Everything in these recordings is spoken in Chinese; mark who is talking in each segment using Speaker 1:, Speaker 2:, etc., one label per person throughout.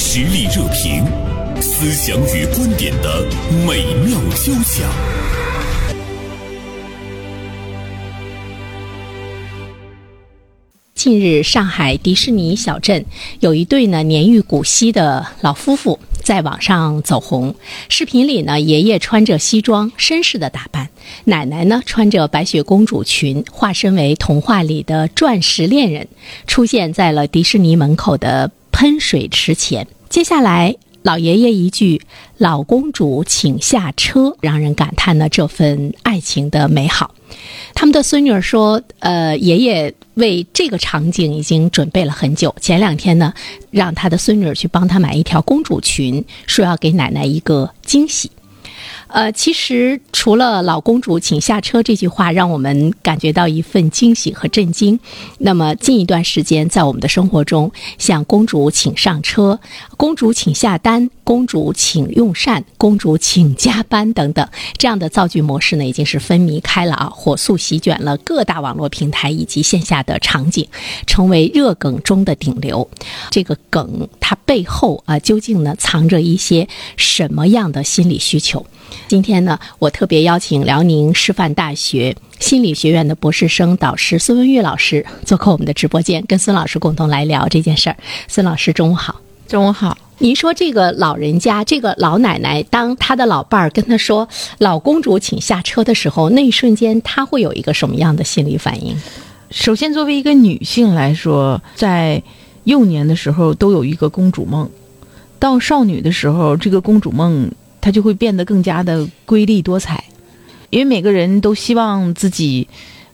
Speaker 1: 实力热评，思想与观点的美妙交响。
Speaker 2: 近日，上海迪士尼小镇有一对呢年逾古稀的老夫妇在网上走红。视频里呢，爷爷穿着西装，绅士的打扮；奶奶呢穿着白雪公主裙，化身为童话里的钻石恋人，出现在了迪士尼门口的喷水池前。接下来，老爷爷一句“老公主，请下车”，让人感叹呢这份爱情的美好。他们的孙女儿说：“呃，爷爷为这个场景已经准备了很久。前两天呢，让他的孙女儿去帮他买一条公主裙，说要给奶奶一个惊喜。”呃，其实除了“老公主，请下车”这句话让我们感觉到一份惊喜和震惊，那么近一段时间在我们的生活中，像“公主请上车”“公主请下单”“公主请用膳”“公主请加班”等等这样的造句模式呢，已经是分迷开了啊，火速席卷了各大网络平台以及线下的场景，成为热梗中的顶流。这个梗它背后啊，究竟呢藏着一些什么样的心理需求？今天呢，我特别邀请辽宁师范大学心理学院的博士生导师孙文玉老师做客我们的直播间，跟孙老师共同来聊这件事儿。孙老师，中午好。
Speaker 3: 中午好，
Speaker 2: 您说这个老人家，这个老奶奶，当她的老伴儿跟她说“老公主，请下车”的时候，那一瞬间，她会有一个什么样的心理反应？
Speaker 3: 首先作为一个女性来说，在幼年的时候都有一个公主梦，到少女的时候，这个公主梦它就会变得更加的瑰丽多彩，因为每个人都希望自己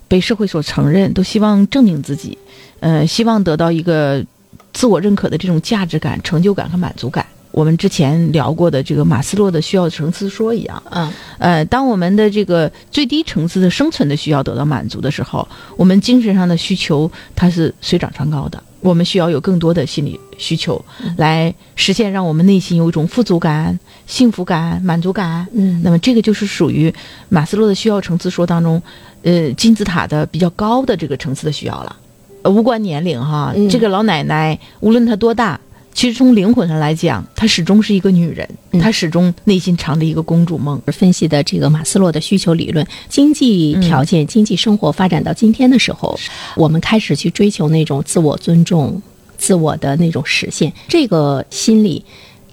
Speaker 3: 被社会所承认，都希望证明自己，呃，希望得到一个自我认可的这种价值感、成就感和满足感。我们之前聊过的这个马斯洛的需要层次说一样，
Speaker 2: 嗯，
Speaker 3: 呃，当我们的这个最低层次的生存的需要得到满足的时候，我们精神上的需求它是水涨船高的。我们需要有更多的心理需求
Speaker 2: 嗯
Speaker 3: 来实现，让我们内心有一种富足感、幸福感、满足感。
Speaker 2: 嗯
Speaker 3: 那么这个就是属于马斯洛的需要层次说当中，呃，金字塔的比较高的这个层次的需要了，呃无关年龄哈。
Speaker 2: 嗯
Speaker 3: 这个老奶奶无论她多大，其实从灵魂上来讲，她始终是一个女人，
Speaker 2: 嗯
Speaker 3: 她始终内心藏着一个公主梦。
Speaker 2: 分析的这个马斯洛的需求理论，经济条件、
Speaker 3: 嗯
Speaker 2: 经济生活发展到今天的时候，我们开始去追求那种自我尊重、自我的那种实现，这个心理。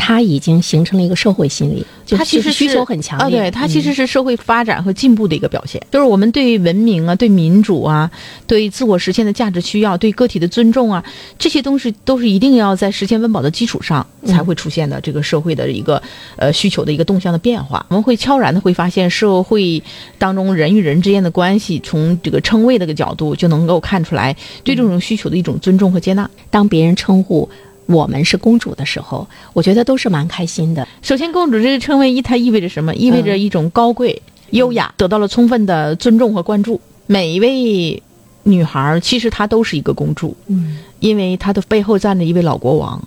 Speaker 2: 它已经形成了一个社会心理，就
Speaker 3: 它其
Speaker 2: 就
Speaker 3: 实
Speaker 2: 是需
Speaker 3: 是
Speaker 2: 求很强
Speaker 3: 啊，
Speaker 2: 烈。
Speaker 3: 对，它其
Speaker 2: 嗯
Speaker 3: 实是社会发展和进步的一个表现，就是我们对文明啊、对民主啊、对自我实现的价值需要、对个体的尊重啊，这些东西都是一定要在实现温饱的基础上
Speaker 2: 嗯
Speaker 3: 才会出现的这个社会的一个、呃需求的一个动向的变化。我们会悄然的会发现，社会当中人与人之间的关系，从这个称谓的这个角度就能够看出来对这种需求的一种尊重和接纳。
Speaker 2: 当别人称呼我们是公主的时候，我觉得都是蛮开心的。
Speaker 3: 首先，公主这个称谓一，它意味着什么？意味着一种高贵、优
Speaker 2: 嗯
Speaker 3: 雅，得到了充分的尊重和关注。每一位女孩儿，其实她都是一个公主，
Speaker 2: 嗯，
Speaker 3: 因为她的背后站着一位老国王。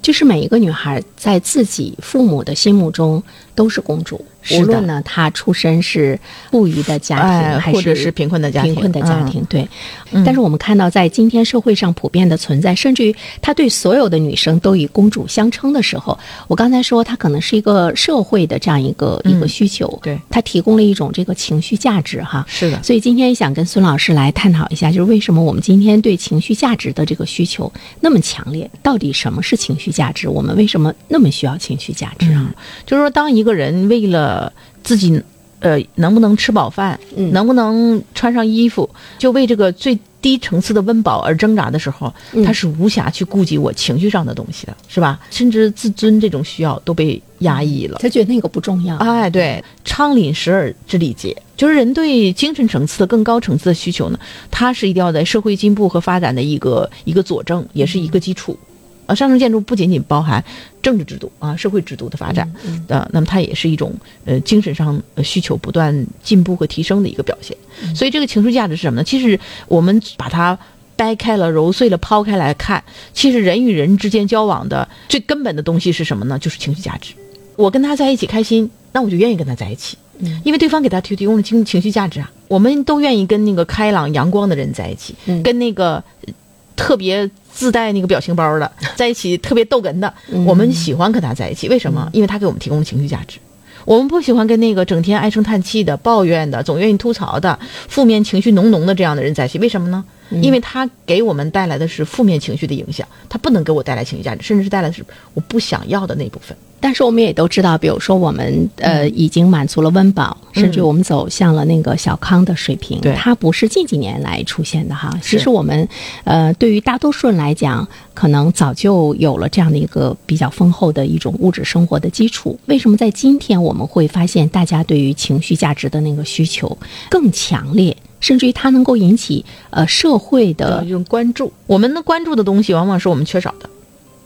Speaker 2: 就是每一个女孩在自己父母的心目中都是公主，
Speaker 3: 是的
Speaker 2: 无论呢她出身是富裕的家庭，
Speaker 3: 哎，
Speaker 2: 还
Speaker 3: 或者是贫困的家庭，
Speaker 2: 贫困的家
Speaker 3: 嗯
Speaker 2: 庭，对。
Speaker 3: 嗯
Speaker 2: 但是我们看到，在今天社会上普遍的存在，甚至于他对所有的女生都以公主相称的时候，我刚才说，它可能是一个社会的这样一个、一个
Speaker 3: 嗯
Speaker 2: 需求，
Speaker 3: 对，嗯
Speaker 2: 它提供了一种这个情绪价值哈。
Speaker 3: 是的，
Speaker 2: 所以今天也想跟孙老师来探讨一下，就是为什么我们今天对情绪价值的这个需求那么强烈？到底什么是情绪价值？我们为什么那么需要情绪价值啊？
Speaker 3: 就是说，当一个人为了自己，呃，能不能吃饱饭，
Speaker 2: 嗯
Speaker 3: 能不能穿上衣服，就为这个最低层次的温饱而挣扎的时候，
Speaker 2: 嗯
Speaker 3: 他是无暇去顾及我情绪上的东西的，是吧？甚至自尊这种需要都被压抑了。
Speaker 2: 他觉得那个不重要，
Speaker 3: 哎，对，昌临时而知礼节，就是人对精神层次的更高层次的需求呢，它是一定要在社会进步和发展的一个一个佐证，也是一个基础。呃，上层建筑不仅仅包含政治制度啊、社会制度的发展，呃，那么它也是一种呃精神上呃需求不断进步和提升的一个表现。所以这个情绪价值是什么呢？其实我们把它掰开了、揉碎了、抛开来看，其实人与人之间交往的最根本的东西是什么呢？就是情绪价值。我跟他在一起开心，那我就愿意跟他在一起，
Speaker 2: 嗯
Speaker 3: 因为对方给他提提供了情情绪价值啊。我们都愿意跟那个开朗阳光的人在一起，
Speaker 2: 嗯
Speaker 3: 跟那个呃特别自带那个表情包的，在一起特别逗哏的，我们喜欢跟他在一起，为什么？因为他给我们提供情绪价值。我们不喜欢跟那个整天唉声叹气的、抱怨的、总愿意吐槽的、负面情绪浓浓的这样的人在一起，为什么呢？因为他给我们带来的是负面情绪的影响，他不能给我带来情绪价值，甚至是带来的是我不想要的那部分。
Speaker 2: 但是我们也都知道，比如说我们
Speaker 3: 嗯
Speaker 2: 呃已经满足了温饱，甚至我们走向了那个小康的水平，
Speaker 3: 对
Speaker 2: 它不是近几年来出现的哈。其
Speaker 3: 是
Speaker 2: 实我们呃对于大多数人来讲，可能早就有了这样的一个比较丰厚的一种物质生活的基础。为什么在今天我们会发现大家对于情绪价值的那个需求更强烈，甚至于它能够引起呃社会的
Speaker 3: 一种关注，我们的关注的东西往往是我们缺少的，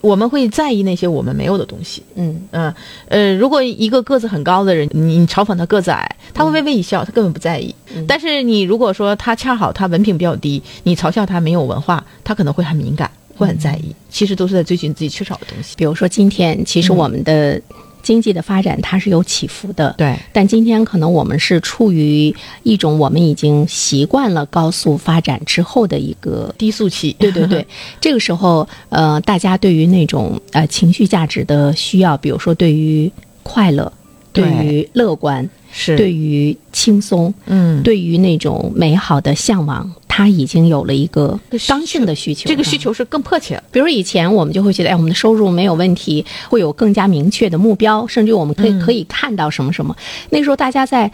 Speaker 3: 我们会在意那些我们没有的东西。
Speaker 2: 嗯
Speaker 3: 嗯呃，如果一个个子很高的人，你你嘲讽他个子矮，他会微微一笑，他根本不在意。但是你如果说他恰好他文凭比较低，你嘲笑他没有文化，他可能会很敏感，会很在意。其实都是在追寻自己缺少的东西。
Speaker 2: 比如说今天，其
Speaker 3: 嗯
Speaker 2: 实我们的经济的发展它是有起伏的，
Speaker 3: 对
Speaker 2: 但今天可能我们是处于一种我们已经习惯了高速发展之后的一 个。
Speaker 3: 低速期，
Speaker 2: 对对对，这个时候，呃，大家对于那种呃情绪价值的需要，比如说对于快乐，对
Speaker 3: 对
Speaker 2: 于乐观，
Speaker 3: 是
Speaker 2: 对，于轻松，
Speaker 3: 嗯，
Speaker 2: 对于那种美好的向往，它已经有了一个
Speaker 3: 这个需
Speaker 2: 刚性的需求。
Speaker 3: 这个
Speaker 2: 啊
Speaker 3: 需求是更迫切了。
Speaker 2: 比如以前我们就会觉得，哎，我们的收入没有问题，会有更加明确的目标，甚至于我们可以
Speaker 3: 嗯
Speaker 2: 可以看到什么什么。那时候大家在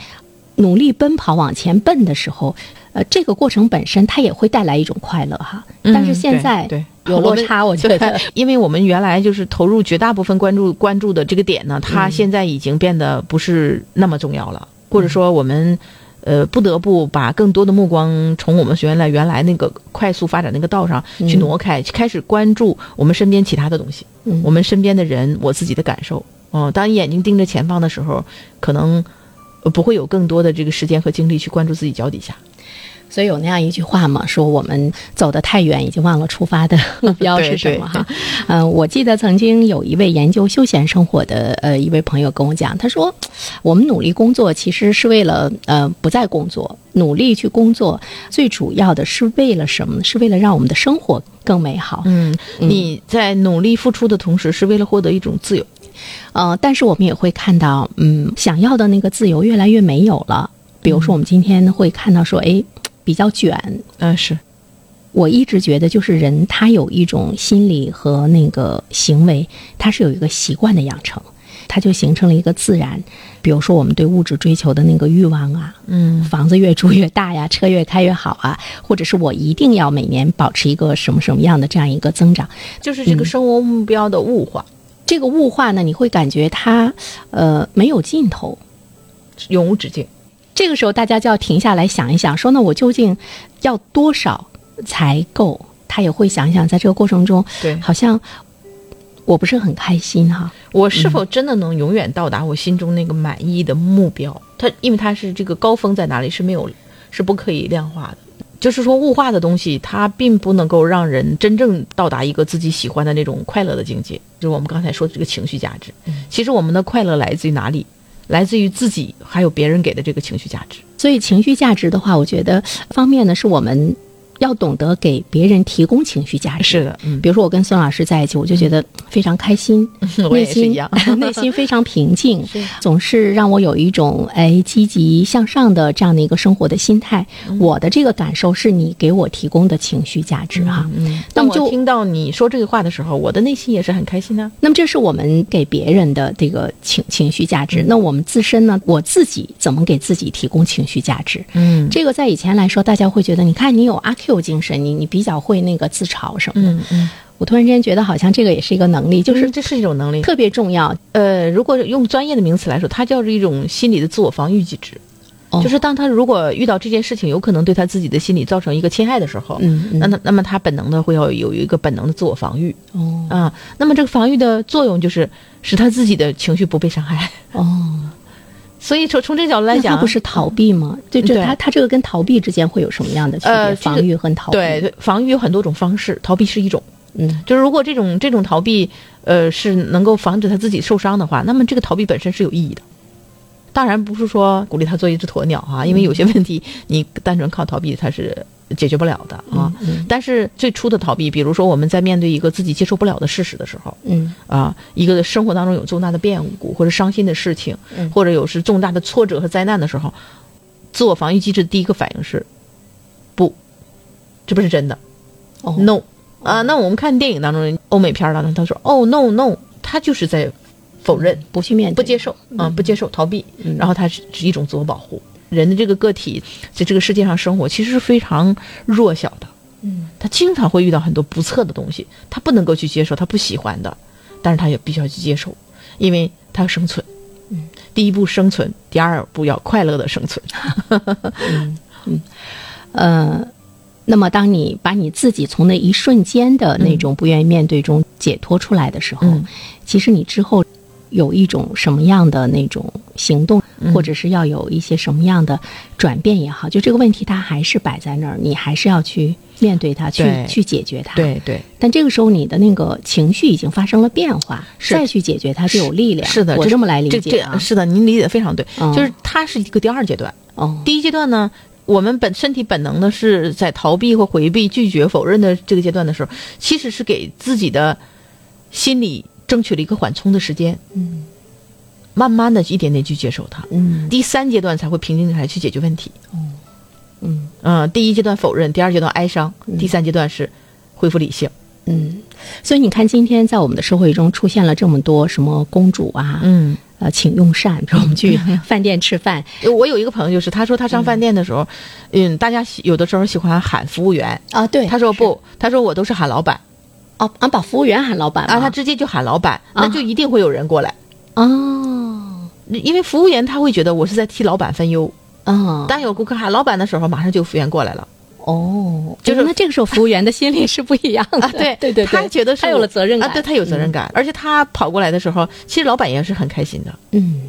Speaker 2: 努力奔跑往前奔的时候，呃，这个过程本身它也会带来一种快乐哈。但是现在
Speaker 3: 嗯对对
Speaker 2: 有落
Speaker 3: 我们
Speaker 2: 差， 我觉得
Speaker 3: 对，因为我们原来就是投入绝大部分关注关注的这个点呢，它现在已经变得不是那么重要了，或者说我们。呃，不得不把更多的目光从我们原来原来那个快速发展那个道上去挪开，去开始关注我们身边其他的东西，
Speaker 2: 嗯
Speaker 3: 我们身边的人，我自己的感受。哦、当你眼睛盯着前方的时候，可能呃不会有更多的这个时间和精力去关注自己脚底下。
Speaker 2: 所以有那样一句话嘛，说我们走得太远，已经忘了出发的目标是什么哈。嗯、我记得曾经有一位研究休闲生活的呃一位朋友跟我讲，他说我们努力工作其实是为了呃不再工作，努力去工作最主要的是为了什么呢？是为了让我们的生活更美好。
Speaker 3: 嗯，你在努力付出的同时，是为了获得一种自由。
Speaker 2: 呃，但是我们也会看到，嗯，想要的那个自由越来越没有了。比如说，我们今天会看到说，哎，比较卷，
Speaker 3: 嗯、是
Speaker 2: 我一直觉得，就是人他有一种心理和那个行为，他是有一个习惯的养成，他就形成了一个自然。比如说，我们对物质追求的那个欲望啊，
Speaker 3: 嗯，
Speaker 2: 房子越住越大呀，车越开越好啊，或者是我一定要每年保持一个什么什么样的这样一个增长。
Speaker 3: 就是
Speaker 2: 嗯
Speaker 3: 这个生活目标的物化，
Speaker 2: 这个物化呢，你会感觉它，呃，没有尽头。
Speaker 3: 永无止境。
Speaker 2: 这个时候，大家就要停下来想一想，说那我究竟要多少才够？他也会想一想，在这个过程中，
Speaker 3: 对
Speaker 2: 好像我不是很开心哈、
Speaker 3: 我是
Speaker 2: 嗯
Speaker 3: 否真的能永远到达我心中那个满意的目标？它因为它是这个高峰在哪里是没有，是不可以量化的。就是说，物化的东西，它并不能够让人真正到达一个自己喜欢的那种快乐的境界。就是我们刚才说的这个情绪价值。
Speaker 2: 嗯
Speaker 3: 其实我们的快乐来自于哪里？来自于自己，还有别人给的这个情绪价值。
Speaker 2: 所以情绪价值的话，我觉得方面呢，是我们要懂得给别人提供情绪价值。
Speaker 3: 是的嗯
Speaker 2: 比如说我跟孙老师在一起，我就觉得非常开心，
Speaker 3: 我
Speaker 2: 内
Speaker 3: 也是
Speaker 2: 心
Speaker 3: 一样
Speaker 2: 内心非常平静，总是让我有一种哎积极向上的这样的一个生活的心态。
Speaker 3: 嗯
Speaker 2: 我的这个感受是你给我提供的情绪价值哈、嗯那
Speaker 3: 嗯当
Speaker 2: 么就
Speaker 3: 我听到你说这个话的时候，我的内心也是很开心啊的、
Speaker 2: 那么这是我们给别人的这个情情绪价
Speaker 3: 嗯
Speaker 2: 值。那我们自身呢？我自己怎么给自己提供情绪价值？
Speaker 3: 嗯，
Speaker 2: 这个在以前来说，大家会觉得，你看你有阿 Q 精神，你你比较会那个自嘲什么的。
Speaker 3: 嗯嗯，
Speaker 2: 我突然之间觉得，好像这个也是一个能力，就
Speaker 3: 就是是这是一种能力。
Speaker 2: 特别重要。
Speaker 3: 呃，如果用专业的名词来说，它叫是一种心理的自我防御机制。
Speaker 2: 哦
Speaker 3: 就是当他如果遇到这件事情，有可能对他自己的心理造成一个侵害的时候，
Speaker 2: 嗯嗯
Speaker 3: 那那那么他本能的会要有一个本能的自我防御
Speaker 2: 哦
Speaker 3: 啊。那么这个防御的作用就是使他自己的情绪不被伤害。
Speaker 2: 哦，
Speaker 3: 所以说从这个角度来
Speaker 2: 那它
Speaker 3: 讲，啊
Speaker 2: 不是逃避吗？对，这
Speaker 3: 嗯对
Speaker 2: 它它这个跟逃避之间会有什么样的区别？
Speaker 3: 呃这个
Speaker 2: 防御和逃避。
Speaker 3: 对，对防御有很多种方式，逃避是一种。
Speaker 2: 嗯，
Speaker 3: 就是如果这种这种逃避，呃，是能够防止他自己受伤的话，那么这个逃避本身是有意义的。
Speaker 2: 嗯
Speaker 3: 啊当然不是说鼓励他做一只鸵鸟哈、因为有些问题你单纯靠逃避它是解决不了的啊。
Speaker 2: 嗯
Speaker 3: 但是最初的逃避，比如说我们在面对一个自己接受不了的事实的时候，
Speaker 2: 嗯
Speaker 3: 啊，一个生活当中有重大的变故或者伤心的事情，
Speaker 2: 嗯
Speaker 3: 或者有时重大的挫折和灾难的时候，自我防御机制的第一个反应是不，这不是真的、
Speaker 2: 哦
Speaker 3: n o 啊。那我们看电影当中，欧美片儿当中，他说哦 no no，他就是在否认。
Speaker 2: 不去面对，
Speaker 3: 不接受，
Speaker 2: 嗯
Speaker 3: 啊，不接受，逃避，然后它是是一种自我保护。人的这个个体在这个世界上生活，其实是非常弱小的，
Speaker 2: 嗯，
Speaker 3: 他经常会遇到很多不测的东西，他不能够去接受，他不喜欢的，但是他也必须要去接受，因为他要生存。嗯，第一步生存，第二步要快乐的生存。
Speaker 2: 嗯呃，那么当你把你自己从那一瞬间的那种不愿意面对中解脱出来的时候，
Speaker 3: 嗯
Speaker 2: 其实你之后有一种什么样的那种行动，
Speaker 3: 嗯
Speaker 2: 或者是要有一些什么样的转变也好，就这个问题它还是摆在那儿，你还是要去面对它，去
Speaker 3: 对
Speaker 2: 去解决它。，
Speaker 3: 对，
Speaker 2: 但这个时候你的那个情绪已经发生了变化，
Speaker 3: 是
Speaker 2: 再去解决它就有力量。
Speaker 3: 是的，
Speaker 2: 我
Speaker 3: 这
Speaker 2: 这么来理
Speaker 3: 这
Speaker 2: 解啊
Speaker 3: 这。是的，您理解得非常对，
Speaker 2: 嗯
Speaker 3: 就是它是一个第二阶段。
Speaker 2: 哦，
Speaker 3: 第一阶段呢，我们本身体本能的是在逃避或回避、拒绝、否认的这个阶段的时候，其实是给自己的心理争取了一个缓冲的时间，嗯，慢慢的一点点去接受它。
Speaker 2: 嗯
Speaker 3: 第三阶段才会平静下来去解决问题。哦嗯嗯、第一阶段否认，第二阶段哀伤，第三阶段是恢复理性。
Speaker 2: 嗯，所以你看，今天在我们的社会中出现了这么多什么公主啊，
Speaker 3: 嗯。
Speaker 2: 呃，请用膳，比如我们去饭店吃饭，
Speaker 3: 我有一个朋友，就是他说他上饭店的时候，嗯，大家喜有的时候喜欢喊服务员，
Speaker 2: 啊，对
Speaker 3: 他说不，他说我都是喊老板，
Speaker 2: 哦，啊，把服务员喊老板啊
Speaker 3: 啊，
Speaker 2: 吗
Speaker 3: 他直接就喊老板，
Speaker 2: 啊
Speaker 3: 那就一定会有人过来，嗯
Speaker 2: 哦，
Speaker 3: 因为服务员他会觉得我是在替老板分忧。
Speaker 2: 哦，
Speaker 3: 当有顾客喊老板的时候，马上就有服务员过来了。
Speaker 2: 哦，
Speaker 3: 就是啊
Speaker 2: 那这个时候服务员的心里是不一 样的，啊 对对对，
Speaker 3: 他觉得是
Speaker 2: 他有了责任感，嗯
Speaker 3: 啊，对他有责任感，而且他跑过来的时候，其实老板也是很开心的。
Speaker 2: 嗯，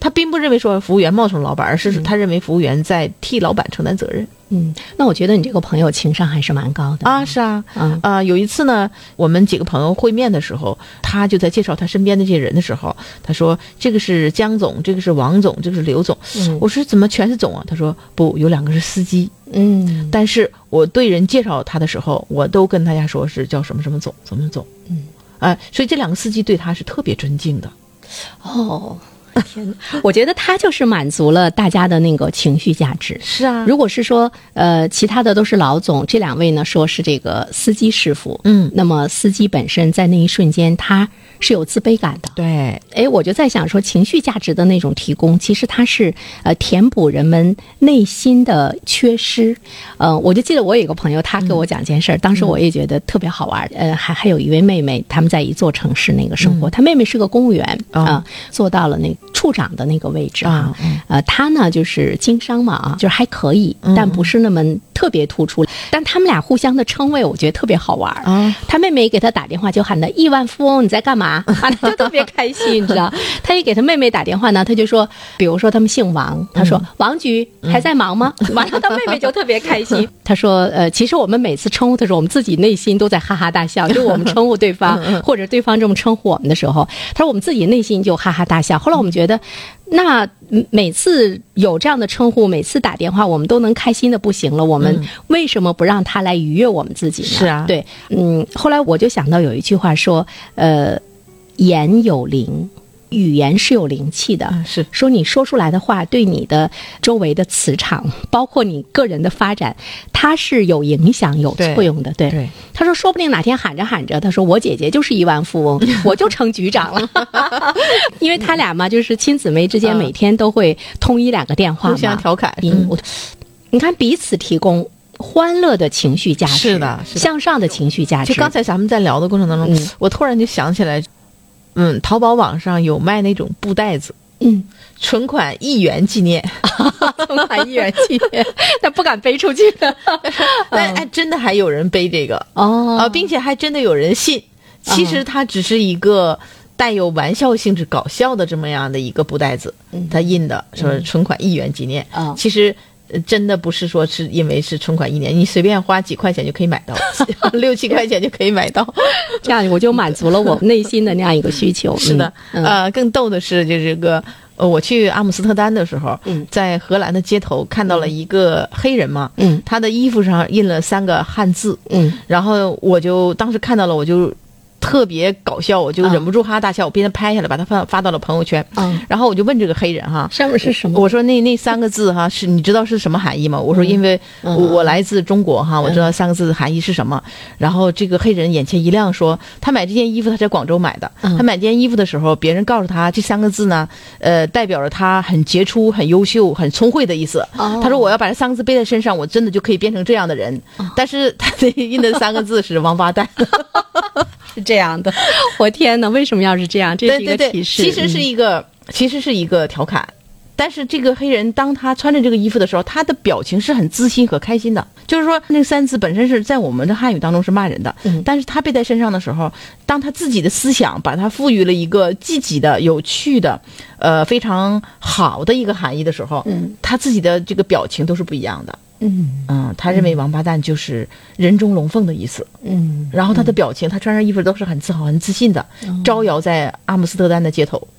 Speaker 3: 他并不认为说服务员冒充老板，而是他认为服务员在替老板承担责任。
Speaker 2: 嗯嗯，那我觉得你这个朋友情商还是蛮高的
Speaker 3: 啊，，是啊，
Speaker 2: 嗯
Speaker 3: 啊，有一次呢，我们几个朋友会面的时候，他就在介绍他身边的这些人的时候，他说这个是江总，这个是王总，这个是刘总。
Speaker 2: 嗯
Speaker 3: 我说怎么全是总啊？他说不，有两个是司机。
Speaker 2: 嗯
Speaker 3: 但是我对人介绍他的时候，我都跟大家说是叫什么什么总，什么总。
Speaker 2: 嗯，
Speaker 3: 哎、所以这两个司机对他是特别尊敬的。
Speaker 2: 哦。天哪，我觉得他就是满足了大家的那个情绪价值。
Speaker 3: 是啊如
Speaker 2: 如果是说，呃，其他的都是老总，这两位呢说是这个司机师傅，
Speaker 3: 嗯
Speaker 2: 那么司机本身在那一瞬间他是有自卑感的。
Speaker 3: 对，
Speaker 2: 哎，我就在想说，情绪价值的那种提供，其实它是呃填补人们内心的缺失。呃，我就记得我有一个朋友，他给我讲一件
Speaker 3: 嗯
Speaker 2: 事儿，当时我也觉得特别好玩儿。呃，还还有一位妹妹，他们在一座城市那个生活，她妹妹是个公务员
Speaker 3: 嗯哦
Speaker 2: 啊、做到了那个处长的那个位置啊。
Speaker 3: 啊嗯
Speaker 2: 呃，她呢就是经商嘛啊，就是还可以，但不是那么特别突出。但他们俩互相的称谓，我觉得特别好玩儿
Speaker 3: 啊。
Speaker 2: 他妹妹给他打电话就喊他亿万富翁，你在干 嘛？啊，他就特别开心，你知道。他一给他妹妹打电话呢，他就说，比如说他们姓王，他
Speaker 3: 嗯
Speaker 2: 说、王局还在忙吗？ 完了，他妹妹就特别开心。他说，呃，其实我们每次称呼的时候，我们自己内心都在哈哈大 笑，就我们称呼对
Speaker 3: 嗯
Speaker 2: 方或者对方这么称呼我们的时候，他说我们自己内心就哈哈大笑。后来我们觉得。那嗯每次有这样的称呼，每次打电话，我们都能开心的不行了。我们为什么不让他来愉悦我们自己呢？
Speaker 3: 嗯是啊
Speaker 2: 对，嗯。后来我就想到有一句话说，呃，言有灵，语言是有灵气的。
Speaker 3: 嗯，是
Speaker 2: 说你说出来的话，对你的周围的磁场，包括你个人的发展，它是有影响、有
Speaker 3: 对
Speaker 2: 作用的。对，
Speaker 3: 对，
Speaker 2: 他说，说不定哪天喊着喊着，他说我姐姐就是亿万富 翁，我就成局长了，因为他俩嘛，就是亲姊妹之间
Speaker 3: 嗯
Speaker 2: 每天都会通一两个电话
Speaker 3: 互
Speaker 2: 嘛，
Speaker 3: 相调侃。
Speaker 2: 你我，你看彼此提供欢乐的情绪价值，
Speaker 3: 是的是的
Speaker 2: 向上的情绪价值。
Speaker 3: 就刚才咱们在聊的过程当中，
Speaker 2: 嗯
Speaker 3: 我突然就想起来，嗯，淘宝网上有卖那种布袋子，
Speaker 2: 嗯，
Speaker 3: 存款一元纪 念，
Speaker 2: 存款一元纪念， 但不敢背出去的。
Speaker 3: 但哎，真的还有人背这个
Speaker 2: 哦啊
Speaker 3: 啊，并且还真的有人信。其实它只是一个带有玩笑性质、搞笑的这么样的一个布袋子，
Speaker 2: 嗯
Speaker 3: 它印的说存款一元纪念
Speaker 2: 啊
Speaker 3: 其实。呃真的不是说是因为是存款一年，你随便花几块钱就可以买到， 六七块钱就可以买到。
Speaker 2: 嗯这样我就满足了我内心的那样一个需求。
Speaker 3: 是的，
Speaker 2: 嗯嗯
Speaker 3: 呃，更逗的是，就是这个呃，我去阿姆斯特丹的时候，
Speaker 2: 嗯
Speaker 3: 在荷兰的街头看到了一个黑人嘛，
Speaker 2: 嗯
Speaker 3: 他的衣服上印了三个汉字，
Speaker 2: 嗯，
Speaker 3: 然后我就当时看到了，我就特别搞笑，我就忍不住哈哈大笑，我便拍下来，把它发发到了朋友圈。
Speaker 2: 嗯，
Speaker 3: 然后我就问这个黑人哈，
Speaker 2: 上面是什么？嗯
Speaker 3: 我说那那三个字哈，是你知道是什么含义吗？我说因为我、我来自中国
Speaker 2: 嗯
Speaker 3: 哈，我知道三个字的含义是什么。然后这个黑人眼前一亮说，他买这件衣服他在广州买的，
Speaker 2: 嗯
Speaker 3: 他买这件衣服的时候，别人告诉他这三个字呢，呃，代表着他很杰出、很优秀、很聪慧的意思。
Speaker 2: 哦
Speaker 3: 他说我要把这三个字背在身上，我真的就可以变成这样的人。
Speaker 2: 哦
Speaker 3: 但是他那印的三个字是王八蛋。
Speaker 2: 是这样的。 我天哪，为什么要是这样？这是一
Speaker 3: 对
Speaker 2: 个
Speaker 3: 对
Speaker 2: 提
Speaker 3: 对，
Speaker 2: 示。嗯
Speaker 3: 其实是一个、其实是一个调侃。但是这个黑人当他穿着这个衣服的时候，他的表情是很自信和开心的。就是说，那三字本身是在我们的汉语当中是骂人的，
Speaker 2: 嗯
Speaker 3: 但是他背在身上的时候，当他自己的思想把它赋予了一个积极的、有趣的、呃非常好的一个含义的时候，
Speaker 2: 嗯
Speaker 3: 他自己的这个表情都是不一样的。
Speaker 2: 嗯
Speaker 3: 嗯，他认为王八蛋就是人中龙凤的意思。
Speaker 2: 嗯
Speaker 3: 然后他的表情，他穿上衣服都是很自豪、很自信的，招摇在阿姆斯特丹的街头。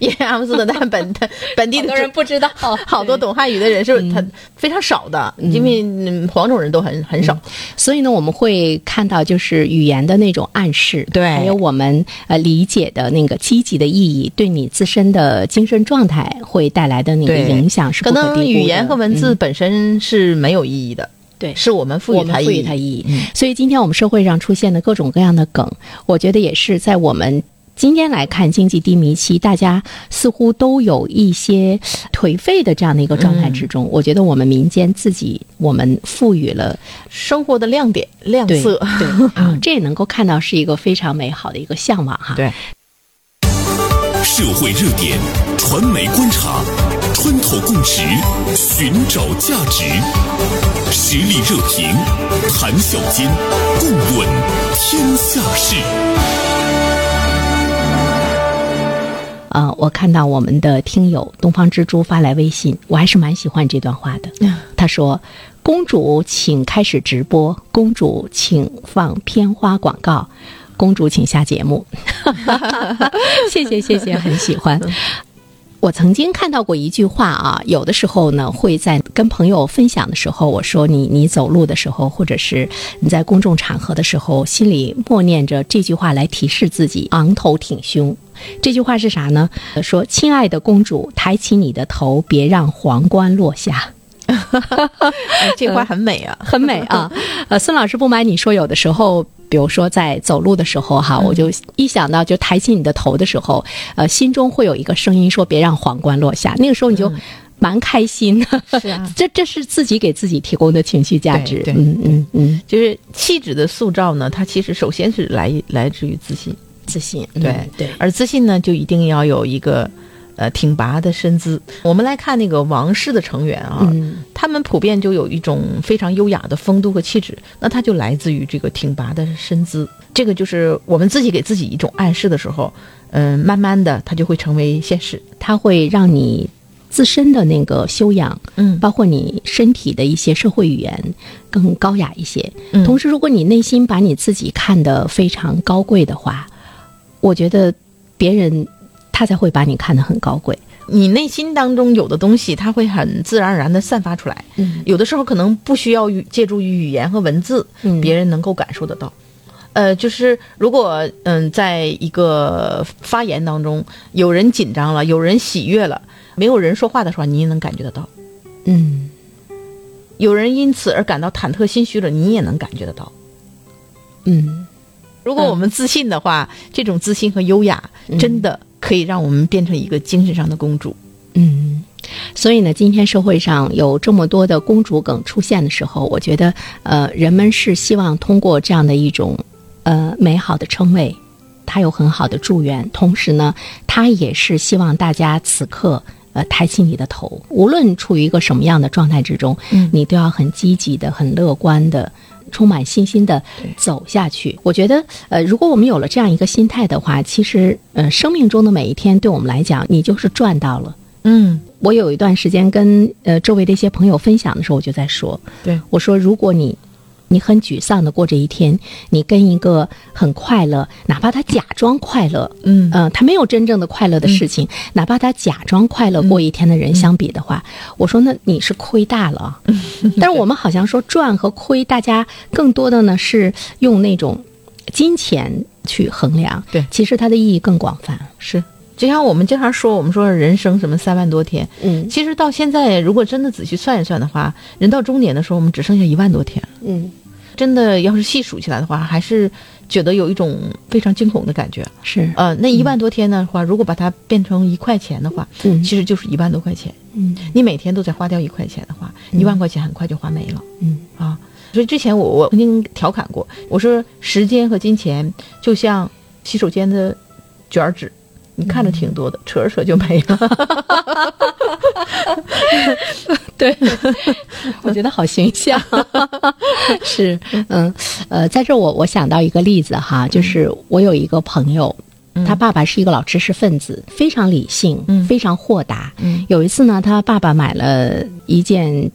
Speaker 3: 因为阿姆斯特丹本 本地
Speaker 2: 很
Speaker 3: 的
Speaker 2: 多人不知道，
Speaker 3: 好多懂汉语的人是他非常少的，因为嗯黄种人都很很少。
Speaker 2: 所以呢，我们会看到就是语言的那种暗示，
Speaker 3: 对
Speaker 2: 还有我们呃理解的那个积极的意义，对你自身的精神状态会带来的那个
Speaker 3: 对
Speaker 2: 影响是不
Speaker 3: 可
Speaker 2: 可低估的。
Speaker 3: 能语言和文字
Speaker 2: 嗯
Speaker 3: 本身是没有意义的，
Speaker 2: 对
Speaker 3: 是我们赋
Speaker 2: 我
Speaker 3: 予
Speaker 2: 们
Speaker 3: 它
Speaker 2: 赋
Speaker 3: 意
Speaker 2: 予它
Speaker 3: 义。嗯
Speaker 2: 意义。所以今天我们社会上出现的各种各样的梗，我觉得也是在我们。今天来看经济低迷期，大家似乎都有一些颓废的这样的一个状态之
Speaker 3: 嗯
Speaker 2: 中。我觉得我们民间自己，我们赋予了
Speaker 3: 生活的亮点、亮
Speaker 2: 对
Speaker 3: 色，
Speaker 2: 对啊，这也能够看到是一个非常美好的一个向往 哈。
Speaker 3: 对。
Speaker 1: 社会热点，传媒观察，穿透共识，寻找价值，实力热评，谈笑间，共论天下事。
Speaker 2: 呃，我看到我们的听友东方之珠发来微信，我还是蛮喜欢这段话的。他说：“公主，请开始直播；公主，请放片花广告；公主，请下节目。” 谢谢，谢谢，很喜欢。我曾经看到过一句话啊，有的时候呢会在跟朋友分享的时候，我说你你走路的时候，或者是你在公众场合的时候，心里默念着这句话来提示自己昂头挺胸。这句话是啥呢？说亲爱的公主，抬起你的头，别让皇冠落下。
Speaker 3: 哎这话很美啊。
Speaker 2: 很美啊。呃，孙老师不瞒你说，有的时候。比如说，在走路的时候哈，我就一想到就抬起你的头的时候，呃，心中会有一个声音说：“别让皇冠落下。”那个时候你就蛮开心 的，
Speaker 3: 是啊
Speaker 2: 这这 是自己给自己提供的情绪价值。
Speaker 3: 对对
Speaker 2: 嗯嗯嗯，
Speaker 3: 就是气质的塑造呢，它其实首先是来来自于自信。
Speaker 2: 自信，
Speaker 3: 对、
Speaker 2: 嗯对，
Speaker 3: 而自信呢，就一定要有一个呃挺拔的身姿。我们来看那个王室的成员啊，
Speaker 2: 嗯
Speaker 3: 他们普遍就有一种非常优雅的风度和气质，那它就来自于这个挺拔的身姿。这个就是我们自己给自己一种暗示的时候，嗯、慢慢的它就会成为现实。
Speaker 2: 它会让你自身的那个修养，
Speaker 3: 嗯
Speaker 2: 包括你身体的一些社会语言更高雅一些。
Speaker 3: 嗯
Speaker 2: 同时，如果你内心把你自己看得非常高贵的话，我觉得别人他才会把你看得很高贵。
Speaker 3: 你内心当中有的东西，它会很自然而然的散发出来。
Speaker 2: 嗯
Speaker 3: 有的时候可能不需要语借助于语言和文字，
Speaker 2: 嗯
Speaker 3: 别人能够感受得到。呃，就是如果嗯，在一个发言当中，有人紧张了，有人喜悦了，没有人说话的时候，你也能感觉得到；
Speaker 2: 嗯，
Speaker 3: 有人因此而感到忐忑心虚了，你也能感觉得到。
Speaker 2: 嗯，
Speaker 3: 如果我们自信的话，这种自信和优雅，
Speaker 2: 嗯
Speaker 3: 真的可以让我们变成一个精神上的公主。
Speaker 2: 嗯，所以呢，今天社会上有这么多的公主梗出现的时候，我觉得，呃，人们是希望通过这样的一种，呃，美好的称谓，它有很好的助缘，同时呢，它也是希望大家此刻。呃，抬起你的头，无论处于一个什么样的状态之中，
Speaker 3: 嗯
Speaker 2: 你都要很积极的、很乐观的、充满信心的走下去。我觉得，呃，如果我们有了这样一个心态的话，其实，呃，生命中的每一天对我们来讲，你就是赚到了。
Speaker 3: 嗯，
Speaker 2: 我有一段时间跟呃周围的一些朋友分享的时候，我就在说，
Speaker 3: 对，
Speaker 2: 我说如果你你很沮丧的过这一天，你跟一个很快乐，哪怕他假装快乐，
Speaker 3: 嗯
Speaker 2: 呃，他没有真正的快乐的事情，哪怕他假装快乐过一天的人相比的话，我说那你是亏大了啊。但是我们好像说赚和亏，大家更多的呢是用那种金钱去衡量，
Speaker 3: 对
Speaker 2: 其实它的意义更广泛。
Speaker 3: 是，就像我们经常说，我们说人生什么三万多天，
Speaker 2: 嗯
Speaker 3: 其实到现在，如果真的仔细算一算的话，人到中年的时候，我们只剩下一万多天了。
Speaker 2: 嗯，
Speaker 3: 真的要是细数起来的话，还是觉得有一种非常惊恐的感觉。
Speaker 2: 是，
Speaker 3: 呃，那一万多天的话，如果把它变成一块钱的话，
Speaker 2: 嗯
Speaker 3: 其实就是一万多块钱。
Speaker 2: 嗯
Speaker 3: 你每天都在花掉一块钱的话，一万块钱很快就花没了
Speaker 2: 嗯
Speaker 3: 啊。所以之前我我曾经调侃过，我说时间和金钱就像洗手间的卷儿纸，你看着挺多的，扯着扯就没了。
Speaker 2: 对， 我觉得好形 象。是，嗯，呃，在这儿我我想到一个例子
Speaker 3: 嗯
Speaker 2: 哈，就是我有一个朋友。他爸爸是一个老知识分子，非常理性，
Speaker 3: 嗯
Speaker 2: 非常豁达。
Speaker 3: 嗯
Speaker 2: 有一次呢，他爸爸买了一件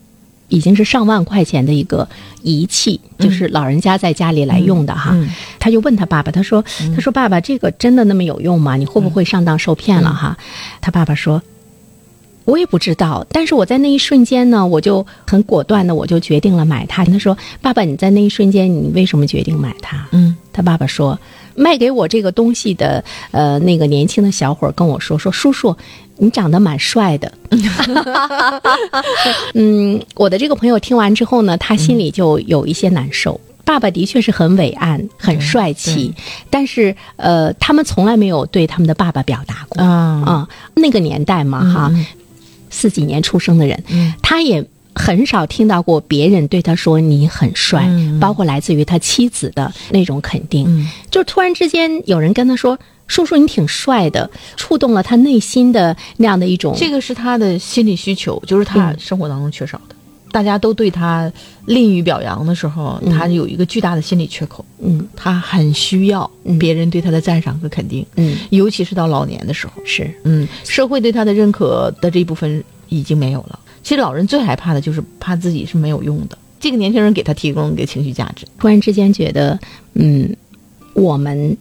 Speaker 2: 已经是上万块钱的一个仪器，就是老人家在家里来用的哈。
Speaker 3: 嗯
Speaker 2: 他就问他爸爸，他说：“他说爸爸，这个真的那么有用吗？你会不会上当受骗了哈？”他爸爸说：“我也不知道，但是我在那一瞬间呢，我就很果断的，我就决定了买它。”他说：“爸爸，你在那一瞬间，你为什么决定买它？”
Speaker 3: 嗯
Speaker 2: 他爸爸说，卖给我这个东西的呃那个年轻的小伙儿跟我说说，叔叔，你长得蛮帅的。 嗯，我的这个朋友听完之后呢，他心里就有一些难受。爸爸的确是很伟岸、很帅气，但是呃，他们从来没有对他们的爸爸表达过。
Speaker 3: 啊
Speaker 2: 啊、那个年代嘛，哈，四几年出生的人，
Speaker 3: 嗯
Speaker 2: 他也很少听到过别人对他说你很帅，
Speaker 3: 嗯
Speaker 2: 包括来自于他妻子的那种肯定。
Speaker 3: 嗯
Speaker 2: 就突然之间有人跟他说：“叔叔，你挺帅的。”触动了他内心的那样的一种
Speaker 3: 这个是他的心理需求，就是他
Speaker 2: 嗯
Speaker 3: 生活当中缺少的。大家都对他吝于表扬的时候，
Speaker 2: 嗯
Speaker 3: 他有一个巨大的心理缺口，
Speaker 2: 嗯
Speaker 3: 他很需要
Speaker 2: 嗯
Speaker 3: 别人对他的赞赏和肯定，
Speaker 2: 嗯
Speaker 3: 尤其是到老年的时候，
Speaker 2: 是
Speaker 3: 嗯，社会对他的认可的这一部分已经没有了。其实老人最害怕的就是怕自己是没有用的，这个年轻人给他提供了一个情绪价值。
Speaker 2: 突然之间觉得，嗯，我们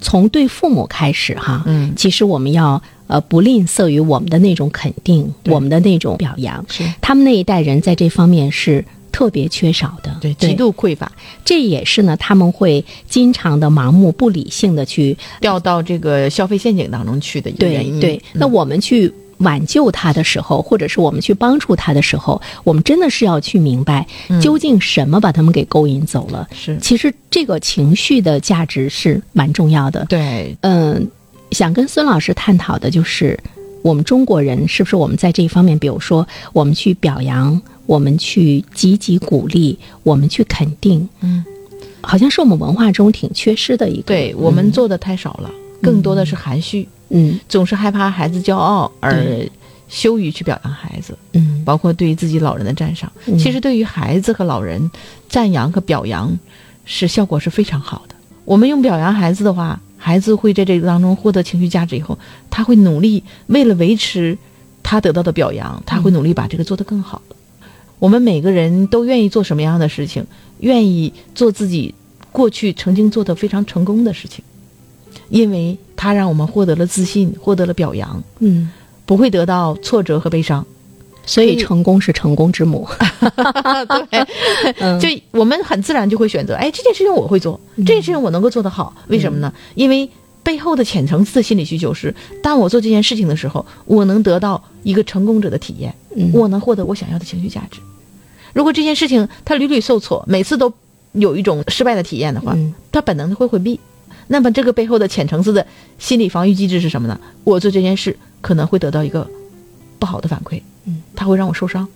Speaker 2: 从对父母开始哈，
Speaker 3: 嗯，
Speaker 2: 其实我们要呃不吝啬于我们的那种肯定，
Speaker 3: 对
Speaker 2: 我们的那种表扬。
Speaker 3: 是
Speaker 2: 他们那一代人在这方面是特别缺少的，
Speaker 3: 对极度匮乏，
Speaker 2: 这也是呢，他们会经常的盲目、不理性的去
Speaker 3: 掉到这个消费陷阱当中去的一个原因。嗯
Speaker 2: 对对，那我们去挽救他的时候，或者是我们去帮助他的时候，我们真的是要去明白，
Speaker 3: 嗯
Speaker 2: 究竟什么把他们给勾引走了。
Speaker 3: 是
Speaker 2: 其实这个情绪的价值是蛮重要的。
Speaker 3: 对，
Speaker 2: 嗯，想跟孙老师探讨的就是，我们中国人是不是我们在这一方面，比如说我们去表扬，我们去积极鼓励，我们去肯定，
Speaker 3: 嗯，
Speaker 2: 好像是我们文化中挺缺失的一个。
Speaker 3: 对我们做的太少了，更多的是含蓄，
Speaker 2: 嗯，
Speaker 3: 总是害怕孩子骄傲而羞于去表扬孩子，
Speaker 2: 嗯
Speaker 3: 包括对于自己老人的赞赏。
Speaker 2: 嗯
Speaker 3: 其实对于孩子和老人，赞扬和表扬是效果是非常好的。我们用表扬孩子的话，孩子会在这个当中获得情绪价值以后，他会努力为了维持他得到的表扬，他会努力把这个做得更好。我们每个人都愿意做什么样的事情？愿意做自己过去曾经做的非常成功的事情，因为它让我们获得了自信，获得了表扬，
Speaker 2: 嗯，
Speaker 3: 不会得到挫折和悲伤。
Speaker 2: 所以
Speaker 3: 所以
Speaker 2: 成功是成功之母。 嗯
Speaker 3: 就我们很自然就会选择，哎，这件事情我会做，这件事情我能够做得
Speaker 2: 嗯
Speaker 3: 好，为什么呢？因为背后的浅层次的心理需求是，当我做这件事情的时候，我能得到一个成功者的体验，
Speaker 2: 嗯
Speaker 3: 我能获得我想要的情绪价值。如果这件事情它屡屡受挫，每次都有一种失败的体验的话，
Speaker 2: 嗯
Speaker 3: 他本能的会回避。那么这个背后的浅层次的心理防御机制是什么呢？我做这件事可能会得到一个不好的反馈，
Speaker 2: 嗯，
Speaker 3: 它会让我受伤。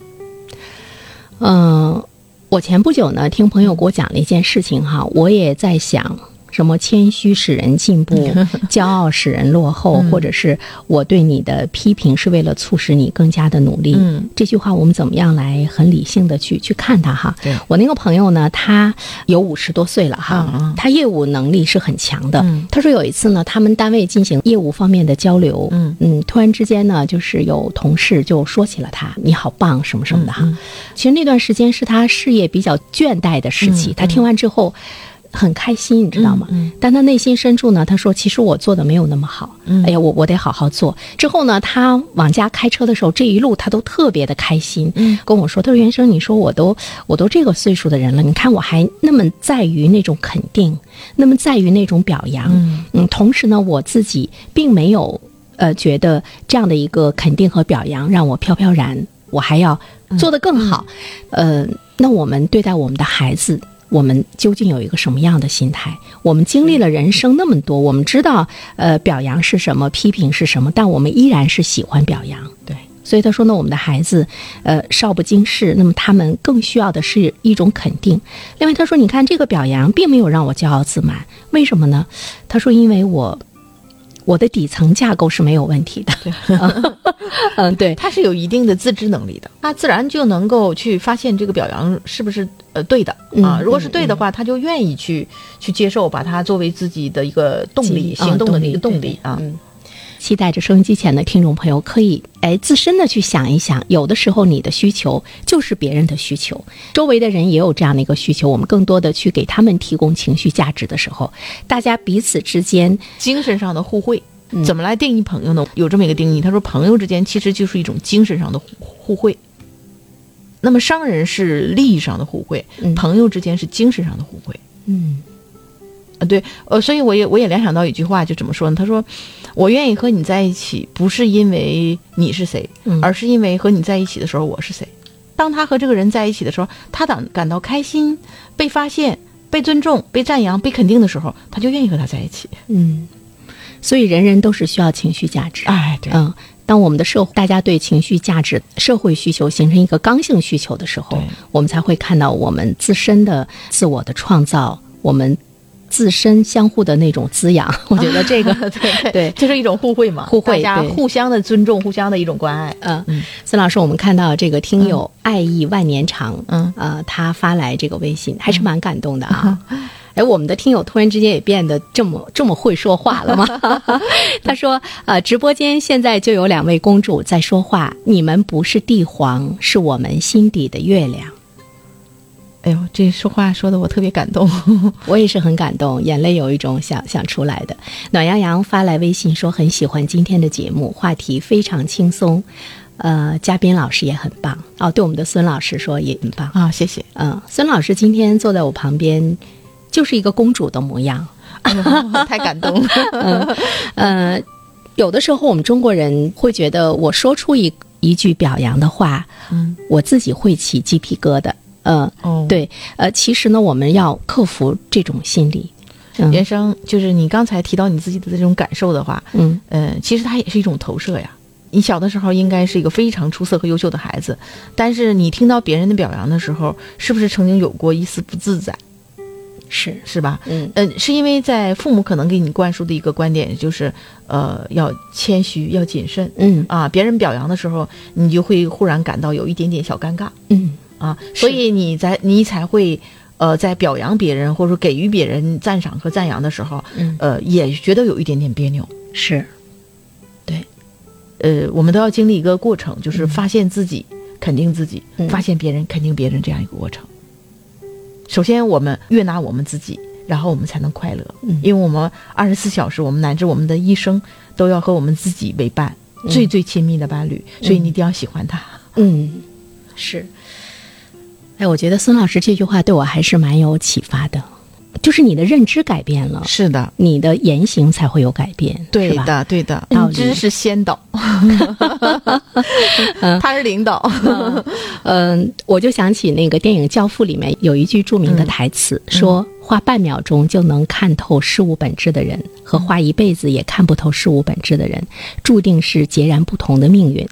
Speaker 2: 嗯，我前不久呢，听朋友给我讲了一件事情哈，我也在想，什么谦虚使人进 步，骄傲使人落后，
Speaker 3: 嗯
Speaker 2: 或者是我对你的批评是为了促使你更加的努力。
Speaker 3: 嗯
Speaker 2: 这句话我们怎么样来很理性的去去看它哈？
Speaker 3: 对
Speaker 2: 我那个朋友呢，他有五十多岁了哈，
Speaker 3: 嗯嗯
Speaker 2: 他业务能力是很强的。
Speaker 3: 嗯
Speaker 2: 他说有一次呢，他们单位进行业务方面的交流，
Speaker 3: 嗯
Speaker 2: 突然之间呢，就是有同事就说起了他，你好棒什么什么的哈。
Speaker 3: 嗯
Speaker 2: 其实那段时间是他事业比较倦怠的时期，
Speaker 3: 嗯
Speaker 2: 他听完之后。很开心，你知道吗？
Speaker 3: 嗯嗯
Speaker 2: 但他内心深处呢，他说：“其实我做的没有那么好，
Speaker 3: 嗯
Speaker 2: 哎呀，我我得好好做。”之后呢，他往家开车的时候，这一路他都特别的开心，
Speaker 3: 嗯
Speaker 2: 跟我说：“他说袁生，你说我都我都这个岁数的人了，你看我还那么在于那种肯定，那么在于那种表扬，
Speaker 3: 嗯
Speaker 2: 同时呢，我自己并没有呃觉得这样的一个肯定和表扬让我飘飘然，我还要做得更好。呃，那我们对待我们的孩子，我们究竟有一个什么样的心态？我们经历了人生那么多，我们知道呃表扬是什么，批评是什么，但我们依然是喜欢表扬。
Speaker 3: 对，
Speaker 2: 所以他说呢，我们的孩子，呃，少不经事，那么他们更需要的是一种肯定。另外，他说，你看这个表扬并没有让我骄傲自满，为什么呢？他说，因为我我的底层架构是没有问题的。 嗯，对，
Speaker 3: 他是有一定的自知能力的，他自然就能够去发现这个表扬是不是呃对的啊。
Speaker 2: 嗯
Speaker 3: 如果是对的话，他就愿意去去接受，把它作为自己的一个动力、
Speaker 2: 激励啊
Speaker 3: 行动的一个
Speaker 2: 动力
Speaker 3: 动力
Speaker 2: 对嗯
Speaker 3: 啊。
Speaker 2: 期待着收音机前的听众朋友可以哎自身的去想一想，有的时候你的需求就是别人的需求，周围的人也有这样的一个需求，我们更多的去给他们提供情绪价值的时候，大家彼此之间
Speaker 3: 精神上的互惠
Speaker 2: 嗯。
Speaker 3: 怎么来定义朋友呢？有这么一个定义，他说朋友之间其实就是一种精神上的互互惠。那么商人是利益上的互惠，
Speaker 2: 嗯
Speaker 3: 朋友之间是精神上的互惠。
Speaker 2: 嗯
Speaker 3: 啊，对，呃，所以我也我也联想到一句话，就怎么说呢？他说，我愿意和你在一起，不是因为你是谁，
Speaker 2: 嗯
Speaker 3: 而是因为和你在一起的时候我是谁。当他和这个人在一起的时候，他感感到开心、被发现、被尊重、被赞扬、被肯定的时候，他就愿意和他在一起。
Speaker 2: 嗯，所以人人都是需要情绪价值。
Speaker 3: 哎，对，
Speaker 2: 嗯，当我们的社会大家对情绪价值、社会需求形成一个刚性需求的时候
Speaker 3: 对，
Speaker 2: 我们才会看到我们自身的自我的创造，我们自身相互的那种滋养。 我觉得这个
Speaker 3: 对
Speaker 2: 对
Speaker 3: 这是一种互惠嘛，
Speaker 2: 互惠
Speaker 3: 大家
Speaker 2: 对
Speaker 3: 互相的尊重，互相的一种关爱。
Speaker 2: 嗯，孙老师，我们看到这个听友爱意万年长，
Speaker 3: 嗯
Speaker 2: 呃，他发来这个微信，还是蛮感动的啊。哎，我们的听友突然之间也变得这么这么会说话了吗？ 他说，呃，直播间现在就有两位公主在说话，你们不是帝皇，是我们心底的月亮。
Speaker 3: 哎呦，这说话说的我特别感动。
Speaker 2: 我也是很感动，眼泪有一种想想出来的。暖洋洋发来微信说很喜欢今天的节目，话题非常轻松，呃，嘉宾老师也很棒哦，对我们的孙老师说也很棒。
Speaker 3: 啊，谢谢。
Speaker 2: 嗯，孙老师今天坐在我旁边，就是一个公主的模样。
Speaker 3: 哎呦 太感动了。
Speaker 2: 呃，有的时候我们中国人会觉得，我说出一一句表扬的话，
Speaker 3: 嗯，
Speaker 2: 我自己会起鸡皮疙瘩。呃，
Speaker 3: 哦，
Speaker 2: 对，呃，其实呢，我们要克服这种心理。嗯
Speaker 3: 原生就是你刚才提到你自己的这种感受的话，
Speaker 2: 嗯
Speaker 3: 嗯，其实它也是一种投射呀。你小的时候应该是一个非常出色和优秀的孩子，但是你听到别人的表扬的时候，是不是曾经有过一丝不自在，
Speaker 2: 是，
Speaker 3: 是吧？
Speaker 2: 嗯
Speaker 3: 嗯，是因为在父母可能给你灌输的一个观点就是，呃，要谦虚，要谨慎
Speaker 2: 嗯
Speaker 3: 啊。别人表扬的时候，你就会忽然感到有一点点小尴尬
Speaker 2: 嗯
Speaker 3: 啊，所以你在你才会，呃，在表扬别人或者说给予别人赞赏和赞扬的时候，
Speaker 2: 嗯，
Speaker 3: 呃，也觉得有一点点别扭。
Speaker 2: 是，
Speaker 3: 呃，我们都要经历一个过程，就是发现自己、肯定自己，
Speaker 2: 嗯
Speaker 3: 发现别人、肯定别人这样一个过程。首先，我们悦纳我们自己，然后我们才能快乐，
Speaker 2: 嗯
Speaker 3: 因为我们二十四小时，我们乃至我们的一生都要和我们自己为伴，
Speaker 2: 嗯
Speaker 3: 最最亲密的伴侣，所以你一定要喜欢他。
Speaker 2: 嗯是。哎，我觉得孙老师这句话对我还是蛮有启发的，就是你的认知改变了，
Speaker 3: 是的，
Speaker 2: 你的言行才会有改变，
Speaker 3: 对
Speaker 2: 是吧？
Speaker 3: 的，对的，
Speaker 2: 道
Speaker 3: 嗯
Speaker 2: 理
Speaker 3: 知识 先导，他是领导。
Speaker 2: 嗯，我就想起那个电影《教父》里面有一句著名的台词，说花半秒钟就能看透事物本质的人，和花一辈子也看不透事物本质的人，注定是截然不同的命运。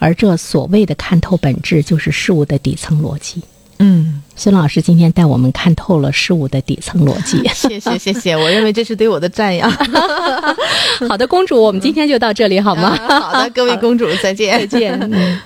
Speaker 2: 而这所谓的看透本质，就是事物的底层逻辑。
Speaker 3: 嗯，
Speaker 2: 孙老师今天带我们看透了事物的底层逻 辑。
Speaker 3: 谢谢谢谢，我认为这是对我的赞扬。
Speaker 2: 好的，公主，我们今天就到这里好吗？
Speaker 3: 好的，各位公主，再见。
Speaker 2: 啊再见。嗯